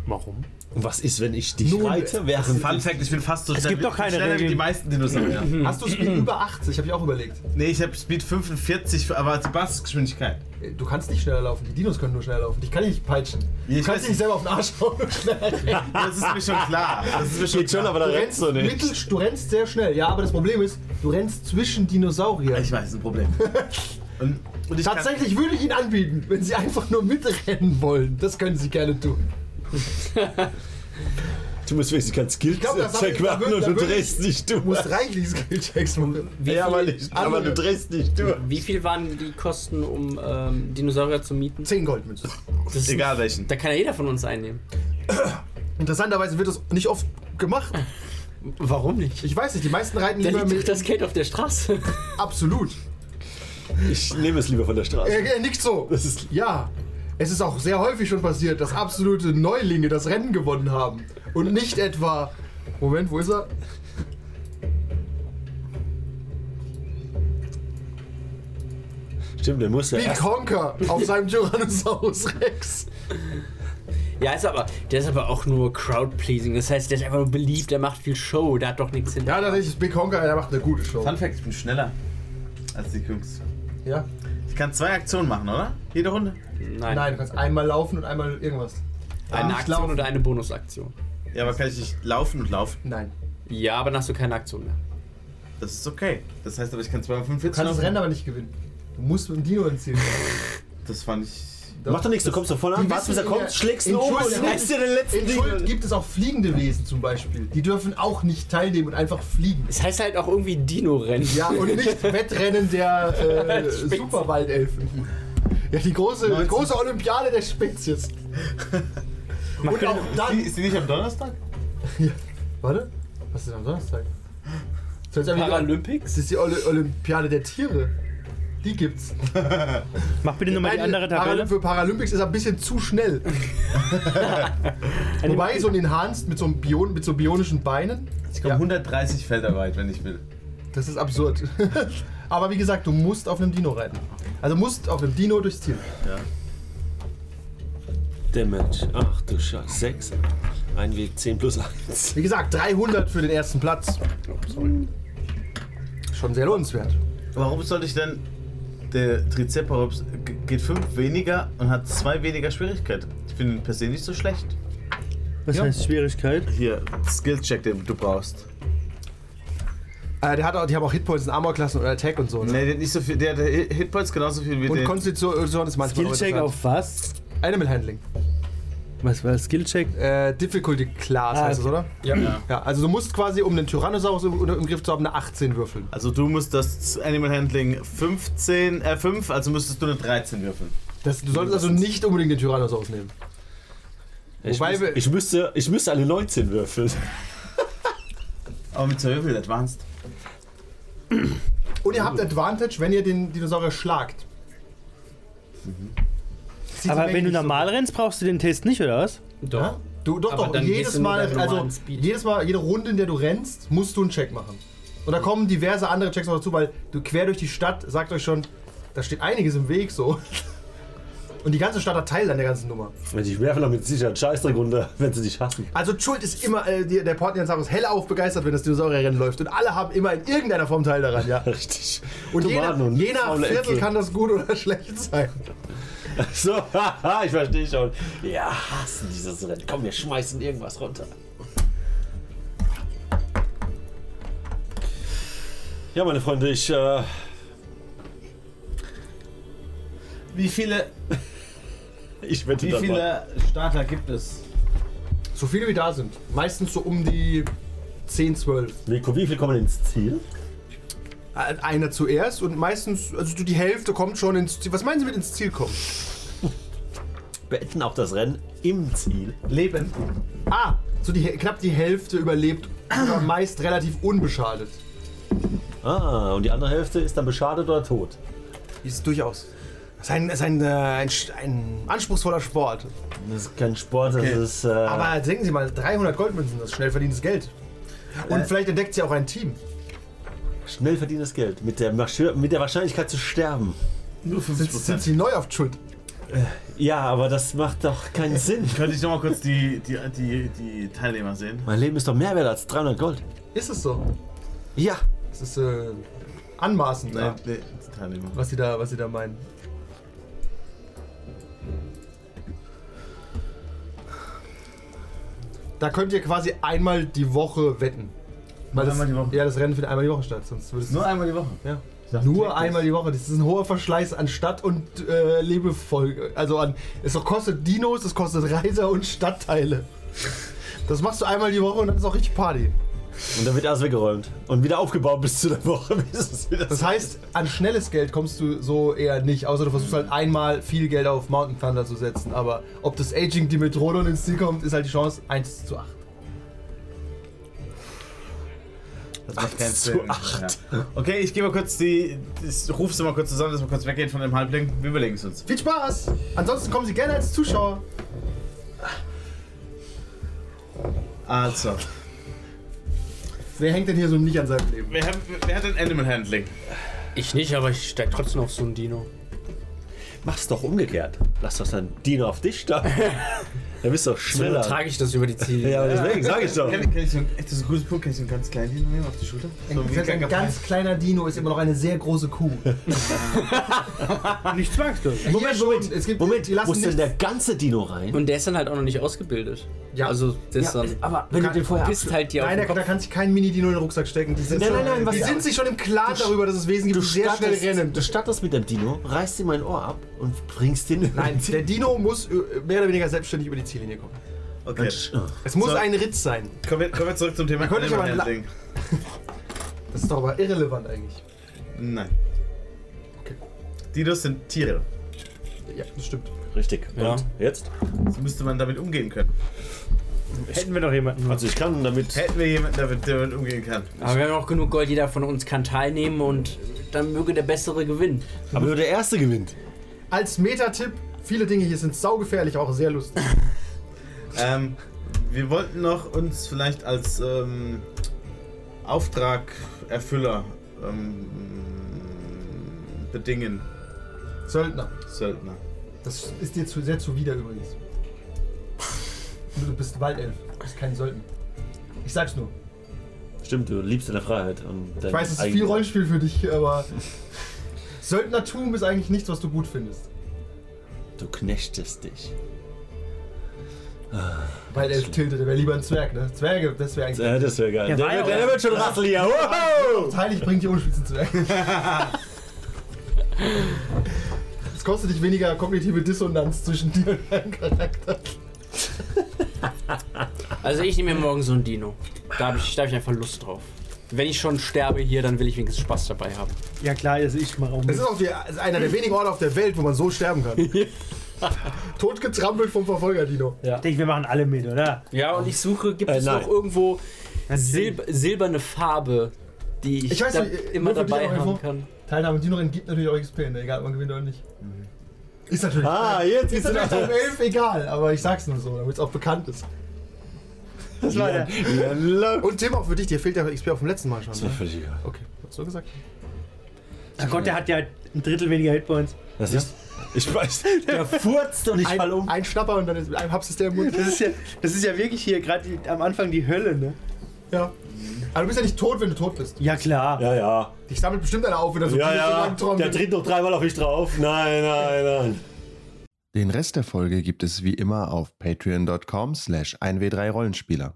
Speaker 5: Warum?
Speaker 3: Und was ist, wenn ich dich
Speaker 2: Nun,
Speaker 3: reite? Während
Speaker 6: Also Fun Fact, ich bin fast so schnell.
Speaker 5: gibt doch keine
Speaker 6: schneller wie die
Speaker 5: Regeln.
Speaker 6: meisten Dinosaurier.
Speaker 2: Hast du
Speaker 5: Mhm.
Speaker 2: Speed über 80? Habe ich auch überlegt.
Speaker 6: nee, ich habe Speed 45, aber die Basisgeschwindigkeit.
Speaker 2: Du kannst nicht schneller laufen. Die Dinos können nur schneller laufen. Ich kann dich nicht peitschen. Du
Speaker 6: Ich weiß
Speaker 2: kannst dich nicht
Speaker 6: nicht.
Speaker 2: selber auf den Arsch hauen und schneller rennen.
Speaker 6: Das ist mir schon klar. Das ist mir schon
Speaker 3: geht schon,
Speaker 6: klar.
Speaker 3: aber da
Speaker 2: Du
Speaker 3: rennst
Speaker 2: rennst,
Speaker 3: du nicht.
Speaker 2: mittel, du rennst sehr schnell. Ja, aber das Problem ist, du rennst zwischen Dinosauriern.
Speaker 6: Ich weiß, das ist ein Problem. Und, und ich kann-
Speaker 2: Tatsächlich würde ich ihn anbieten, wenn Sie einfach nur mitrennen wollen. Das können Sie gerne tun.
Speaker 3: Du musst wenigstens keinen
Speaker 2: glaub, das hab
Speaker 3: Skill-Check
Speaker 2: ich- da
Speaker 3: machen
Speaker 2: würd-
Speaker 3: und
Speaker 2: da
Speaker 3: du
Speaker 2: würd ich-
Speaker 3: drehst nicht
Speaker 2: Du musst Also
Speaker 3: durch.
Speaker 2: reichlich Skillchecks machen.
Speaker 3: Ja, aber, nicht, aber du drehst nicht durch.
Speaker 4: Wie viel waren die Kosten, um ähm, Dinosaurier zu mieten?
Speaker 2: 10 Goldmünzen.
Speaker 4: Das ist-
Speaker 6: Egal welchen.
Speaker 4: Da kann ja jeder von uns einnehmen.
Speaker 2: Interessanterweise wird das nicht oft gemacht.
Speaker 4: Warum nicht?
Speaker 2: Ich weiß nicht, die meisten reiten
Speaker 4: Da
Speaker 2: lieber
Speaker 4: liegt doch
Speaker 2: mit.
Speaker 4: das Geld auf der Straße.
Speaker 2: Absolut.
Speaker 3: Ich nehme es lieber von der Straße.
Speaker 2: Äh, äh, nicht so.
Speaker 3: Das ist
Speaker 2: Ja. Es ist auch sehr häufig schon passiert, dass absolute Neulinge das Rennen gewonnen haben. Und nicht etwa. Moment, wo ist er?
Speaker 3: stimmt, der muss ja
Speaker 2: Big
Speaker 3: erst
Speaker 2: Honker auf seinem Tyrannosaurus Rex.
Speaker 4: Ja, ist aber, der ist aber auch nur Crowd-pleasing. Das heißt, der ist einfach nur beliebt, der macht viel Show, der hat doch nichts hinter.
Speaker 2: Ja, tatsächlich, ist Big Honker, der macht eine gute Show.
Speaker 6: Fun Fact, ich bin schneller als die Jungs.
Speaker 2: Ja?
Speaker 6: Ich kann zwei Aktionen machen, oder? Jede Runde.
Speaker 4: Nein.
Speaker 2: Nein, du kannst einmal laufen und einmal irgendwas.
Speaker 4: Eine
Speaker 2: Nicht
Speaker 4: Aktion
Speaker 2: laufen.
Speaker 4: oder eine Bonusaktion.
Speaker 6: Ja, aber kann ich nicht laufen und laufen?
Speaker 2: Nein.
Speaker 4: Ja, aber dann hast du keine Aktion mehr.
Speaker 6: Das ist okay. Das heißt aber, ich kann
Speaker 2: Du
Speaker 6: 245
Speaker 2: kannst das
Speaker 6: laufen.
Speaker 2: Rennen aber nicht gewinnen. Du musst mit dem Dino ins Ziel kommen.
Speaker 6: Das fand ich.
Speaker 3: Mach doch nichts, du kommst doch vorne an,
Speaker 2: Die
Speaker 3: warst bis
Speaker 2: wissen
Speaker 3: er
Speaker 2: in
Speaker 3: kommt,
Speaker 2: der-
Speaker 3: schlägst ihn
Speaker 2: in
Speaker 3: um und
Speaker 2: Schuld-
Speaker 3: reißt dir den letzten
Speaker 2: In Schuld
Speaker 3: Ding.
Speaker 2: gibt es auch fliegende Wesen zum Beispiel. Die dürfen auch nicht teilnehmen und einfach fliegen.
Speaker 4: Das heißt halt auch irgendwie Dino-Rennen.
Speaker 2: Ja, und nicht Wettrennen der äh, Superwaldelfen. Ja, die große, die große Olympiade der Spezies. Und auch
Speaker 6: Die-
Speaker 2: dann.
Speaker 6: Ist die nicht am Donnerstag?
Speaker 2: Warte, was ist am Donnerstag? Soll ich einfach- Das
Speaker 4: Paralympics?
Speaker 2: ist die Oli- Olympiade der Tiere. Die gibt's.
Speaker 5: Mach bitte nochmal die
Speaker 2: Meine
Speaker 5: andere
Speaker 2: Paraly-
Speaker 5: Tabelle.
Speaker 2: Für Paralympics ist er ein bisschen zu schnell. Wobei so ein Enhanced mit so, einem Bion, mit so bionischen Beinen,
Speaker 6: Ich komme
Speaker 2: Ja.
Speaker 6: 130 Felder weit, wenn ich will.
Speaker 2: das ist absurd. Aber wie gesagt, du musst auf einem Dino reiten. Also musst auf einem Dino durchs Ziel.
Speaker 3: Damage, ach du Scheiße, 6. Ein Weg 10 plus 1.
Speaker 2: Wie gesagt, 300 für den ersten Platz. Schon sehr lohnenswert.
Speaker 6: Warum sollte ich denn. Der Triceratops g- geht 5 weniger und hat 2 weniger Schwierigkeit. Ich finde ihn per se nicht so schlecht.
Speaker 5: Was heißt Schwierigkeit?
Speaker 6: Hier, Skillcheck, den du brauchst.
Speaker 2: Äh, der hat auch, die haben auch Hitpoints in Armorklassen oder Attack und so. Ne?
Speaker 6: Nee, der hat nicht so viel. Der hat Hitpoints genauso viel wie
Speaker 2: Und
Speaker 6: der.
Speaker 2: Konstitution ist manchmal
Speaker 5: Skillcheck
Speaker 2: interessant.
Speaker 5: auf was?
Speaker 2: Animal Handling.
Speaker 5: Was war das Skillcheck?
Speaker 2: Äh, Difficulty Class
Speaker 5: Ah,
Speaker 2: heißt es, oder?
Speaker 4: Ja.
Speaker 2: Ja, also du musst quasi, um den Tyrannosaurus im, im Griff zu haben, eine 18 würfeln.
Speaker 6: Also du musst das Animal Handling 15, äh 5, also müsstest du eine 13 würfeln.
Speaker 2: Das, du solltest also nicht unbedingt den Tyrannosaurus nehmen.
Speaker 3: Ich,
Speaker 2: Wobei
Speaker 3: müß,
Speaker 2: wir-
Speaker 3: ich, müsste, ich müsste alle 19 würfeln.
Speaker 6: Aber mit zwei Würfeln advanced.
Speaker 2: Und ihr habt Advantage, wenn ihr den Dinosaurier schlagt.
Speaker 4: Mhm.
Speaker 2: Zieht ihn
Speaker 5: Aber Also, wenn du
Speaker 2: nicht so.
Speaker 5: normal rennst, brauchst du den Test nicht, oder was?
Speaker 4: Doch.
Speaker 2: Ja? Du, doch,
Speaker 4: Aber
Speaker 2: doch,
Speaker 4: dann gehst
Speaker 2: jedes
Speaker 4: du nur
Speaker 2: Mal,
Speaker 4: beim normalen
Speaker 2: also
Speaker 4: Speed.
Speaker 2: jedes Mal, jede Runde, in der du rennst, musst du einen Check machen. Und da kommen diverse andere Checks noch dazu, weil du quer durch die Stadt, sagt euch schon, da steht einiges im Weg so. Und die ganze Stadt hat Teil an der ganzen Nummer.
Speaker 3: Also Ich werfe damit sicher einen Scheißdreck runter, wenn sie dich hassen.
Speaker 2: Also Schuld ist immer, äh, die, der Portniansaurus hellauf begeistert, wenn das Dinosaurierrennen läuft. Und alle haben immer in irgendeiner Form Teil daran, ja.
Speaker 3: Richtig.
Speaker 2: Und je nach,
Speaker 3: Tomaten und
Speaker 2: je nach
Speaker 3: faule
Speaker 2: Viertel
Speaker 3: Äpfel.
Speaker 2: kann das gut oder schlecht sein.
Speaker 3: So, haha, ich verstehe schon. Ja, hassen dieses Rennen. Komm, wir schmeißen irgendwas runter. Ja, meine Freunde, ich. Äh,
Speaker 6: Wie viele,
Speaker 3: ich wette
Speaker 6: wie
Speaker 3: dann mal.
Speaker 6: viele Starter gibt es?
Speaker 2: So viele wie da sind. Meistens so um die 10, 12.
Speaker 3: Nico, wie viel kommen ins Ziel?
Speaker 2: Ein- Äh, Einer zuerst und meistens, also die Hälfte kommt schon ins Ziel. Was meinen Sie mit ins Ziel kommen?
Speaker 3: Beenden auch das Rennen im Ziel.
Speaker 2: Leben. Ah, so die, knapp die Hälfte überlebt, aber meist relativ unbeschadet.
Speaker 3: Ah, und die andere Hälfte ist dann beschadet oder tot.
Speaker 2: Ist durchaus. Das ist ein, das ist ein, äh, ein, Sch- ein anspruchsvoller Sport.
Speaker 3: Das ist kein Sport, das ist. Äh,
Speaker 2: Aber denken Sie mal, 300 Goldmünzen, das ist schnell verdientes Geld. Und vielleicht entdeckt sie auch ein Team.
Speaker 3: schnell verdientes Geld. Mit der, Marschö- mit der Wahrscheinlichkeit zu sterben.
Speaker 6: Nur 50%.
Speaker 2: Sind, sind sie neu auf Schuld?
Speaker 3: Ja, aber das macht doch keinen Sinn.
Speaker 6: Könnte ich nochmal kurz die, die, die, die Teilnehmer sehen?
Speaker 3: Mein Leben ist doch mehr wert als 300 Gold.
Speaker 2: Ist es so?
Speaker 3: Ja.
Speaker 2: Es ist äh, anmaßend, ja,
Speaker 6: nee, die Teilnehmer.
Speaker 2: was, sie da, was sie da meinen. Da könnt ihr quasi einmal die Woche wetten. Weil das,
Speaker 6: einmal die Woche?
Speaker 2: Ja, das Rennen findet einmal die Woche statt, sonst würdest du
Speaker 6: Nur einmal die Woche.
Speaker 2: Ja.
Speaker 6: Ich dachte,
Speaker 2: Nur
Speaker 6: täglich.
Speaker 2: einmal die Woche. Das ist ein hoher Verschleiß an Stadt und äh, Lebefolge. Also an. Es doch kostet Dinos, es kostet Reiter und Stadtteile. Das machst du einmal die Woche und dann ist auch richtig Party.
Speaker 3: Und dann wird alles weggeräumt. Und wieder aufgebaut bis zu der Woche. bis es wieder
Speaker 2: Das heißt, an schnelles Geld kommst du so eher nicht, außer du versuchst halt einmal viel Geld auf Mountain Thunder zu setzen. Aber ob das Aging Dimetrodon ins Ziel kommt, ist halt die Chance 1 zu 8.
Speaker 6: Das macht
Speaker 3: keinen Sinn. zu acht.
Speaker 6: Ja. Okay, ich gehe mal kurz die. Ich ruf's mal kurz zusammen, dass wir kurz weggehen von dem Halbling. Wir überlegen es uns.
Speaker 2: Viel Spaß! Ansonsten kommen Sie gerne als Zuschauer.
Speaker 6: Also.
Speaker 2: Wer hängt denn hier so nicht an seinem Leben?
Speaker 6: Wer, wer hat denn Animal Handling?
Speaker 4: Ich nicht, aber ich steig trotzdem auf so einen Dino.
Speaker 3: Mach's doch umgekehrt. Lass doch dann Dino auf dich starten. Dann bist du doch
Speaker 4: So
Speaker 3: schneller.
Speaker 4: trage ich das über die Ziele.
Speaker 3: ja, aber deswegen sag ich doch.
Speaker 6: Kann, kann ich so ein, echt, das ist ein gutes Punkt. Kann ich so einen ganz kleinen hinnehmen auf die Schulter? So
Speaker 2: Selbst ein ganz kleiner Dino ist immer noch eine sehr große Kuh.
Speaker 5: Nicht zwangsläufig.
Speaker 2: Moment, Moment, es gibt,
Speaker 3: Moment,
Speaker 2: die lassen
Speaker 3: muss denn
Speaker 2: nichts.
Speaker 3: der ganze Dino rein?
Speaker 4: Und der ist dann halt auch noch nicht ausgebildet.
Speaker 2: Ja.
Speaker 4: Also, der ist
Speaker 2: Ja,
Speaker 4: dann.
Speaker 3: Aber wenn
Speaker 2: du den vorher
Speaker 4: bist halt die auf
Speaker 2: Nein,
Speaker 4: den
Speaker 2: da, da
Speaker 4: Kopf.
Speaker 2: kann sich kein Mini-Dino in den Rucksack stecken. Die sind,
Speaker 3: Nein,
Speaker 2: schon,
Speaker 3: nein, nein, was-
Speaker 2: die sind sich schon im Klaren darüber, dass es Wesen gibt, die sehr schnell rennen.
Speaker 3: du startest mit dem Dino, reißt ihm ein Ohr ab und bringst den.
Speaker 2: Nein, der Dino muss äh, mehr oder weniger selbstständig über die Ziellinie kommen.
Speaker 6: Okay.
Speaker 3: Ah.
Speaker 2: Es muss
Speaker 6: So.
Speaker 2: ein Ritz sein.
Speaker 6: Kommen wir, kommen wir zurück zum Thema
Speaker 2: Da könnte ich
Speaker 6: Animal
Speaker 2: aber ein
Speaker 6: Handling.
Speaker 2: Das ist doch aber irrelevant eigentlich.
Speaker 6: Nein.
Speaker 2: Okay.
Speaker 6: Dinos sind Tiere.
Speaker 2: Ja, das stimmt.
Speaker 3: Richtig.
Speaker 4: Ja.
Speaker 3: Und jetzt?
Speaker 6: So müsste man damit umgehen können.
Speaker 5: Hätten wir doch jemanden.
Speaker 3: Also ich kann damit.
Speaker 6: Hätten wir jemanden, damit, der damit umgehen kann.
Speaker 4: Aber wir haben auch genug Gold, jeder von uns kann teilnehmen und dann möge der Bessere gewinnen.
Speaker 3: Aber nur der erste gewinnt.
Speaker 2: Als Metatipp, viele Dinge hier sind saugefährlich, auch sehr lustig.
Speaker 6: Ähm, wir wollten noch uns vielleicht als ähm, Auftragerfüller ähm, bedingen,
Speaker 2: Söldner.
Speaker 6: Söldner.
Speaker 2: Das ist dir zu, sehr zuwider übrigens. Du bist Waldelf, du bist kein Söldner. Ich sag's nur.
Speaker 3: Stimmt, du liebst deine Freiheit. Und
Speaker 2: Ich weiß, es ist viel Rollenspiel für dich, aber Söldnertum ist eigentlich nichts, was du gut findest.
Speaker 3: Du knechtest dich.
Speaker 2: Weil er tiltet, der wäre lieber ein Zwerg, ne? Zwerge, das wäre eigentlich.
Speaker 3: Äh, das wäre geil.
Speaker 5: Ja,
Speaker 3: der,
Speaker 5: war ja
Speaker 3: wird,
Speaker 5: auch-
Speaker 3: der wird schon rasseln hier. Wow!
Speaker 2: Heilig bringt die Unspitzen Zwerge. Es kostet dich weniger kognitive Dissonanz zwischen dir und deinem Charakter.
Speaker 4: Also, ich nehme mir morgen so einen Dino. Da habe ich, da hab ich einfach Lust drauf. Wenn ich schon sterbe hier, dann will ich wenigstens Spaß dabei haben.
Speaker 5: Ja klar, also ich mache auch
Speaker 2: Es
Speaker 5: mit.
Speaker 2: ist auch die, es ist einer der wenigen Orte auf der Welt, wo man so sterben kann. Totgetrampelt vom Verfolger Dino.
Speaker 5: Ich denke, wir machen alle mit, oder?
Speaker 4: Ja, und ich suche, gibt
Speaker 3: Äh,
Speaker 4: es
Speaker 3: nein.
Speaker 4: noch irgendwo
Speaker 5: Natürlich.
Speaker 4: Silb silberne Farbe, die ich,
Speaker 2: Ich weiß
Speaker 4: da
Speaker 2: nicht, äh,
Speaker 4: immer
Speaker 2: nur für die
Speaker 4: dabei
Speaker 2: auch
Speaker 4: haben
Speaker 2: irgendwo.
Speaker 4: kann?
Speaker 2: Teilnahme am Dino-Rennen gibt natürlich auch XP, ne? egal ob man gewinnt oder nicht. Mhm. Ist natürlich.
Speaker 3: Ah, jetzt
Speaker 2: ist
Speaker 3: geht's
Speaker 2: natürlich um
Speaker 3: wieder.
Speaker 2: 11 egal, aber ich sag's nur so, damit es auch bekannt ist.
Speaker 5: Das war der.
Speaker 3: Das
Speaker 2: Und Tim, auch für dich, dir fehlt ja XP auf dem letzten Mal schon.
Speaker 3: war
Speaker 2: Ne?
Speaker 3: völlig egal.
Speaker 2: Okay, hast du gesagt?
Speaker 5: Ach Gott, der hat ja ein Drittel weniger Hitpoints.
Speaker 3: Das ist. Ich weiß, der furzt und ich
Speaker 2: Ein,
Speaker 3: fall um.
Speaker 2: ein Schnapper und dann ist mit einem Haps ist der im Mund.
Speaker 5: Das ist ja, das ist ja wirklich hier gerade am Anfang die Hölle, ne?
Speaker 2: Ja. Aber du bist ja nicht tot, wenn du tot bist.
Speaker 5: Ja, klar.
Speaker 3: Ja, ja.
Speaker 2: Dich sammelt bestimmt einer auf, wenn er so
Speaker 3: Ja,
Speaker 2: viele
Speaker 3: ja.
Speaker 2: Soldaten trommelt.
Speaker 3: Der tritt noch dreimal auf mich drauf. Nein, nein, nein.
Speaker 1: Den Rest der Folge gibt es wie immer auf patreon.com slash 1w3rollenspieler.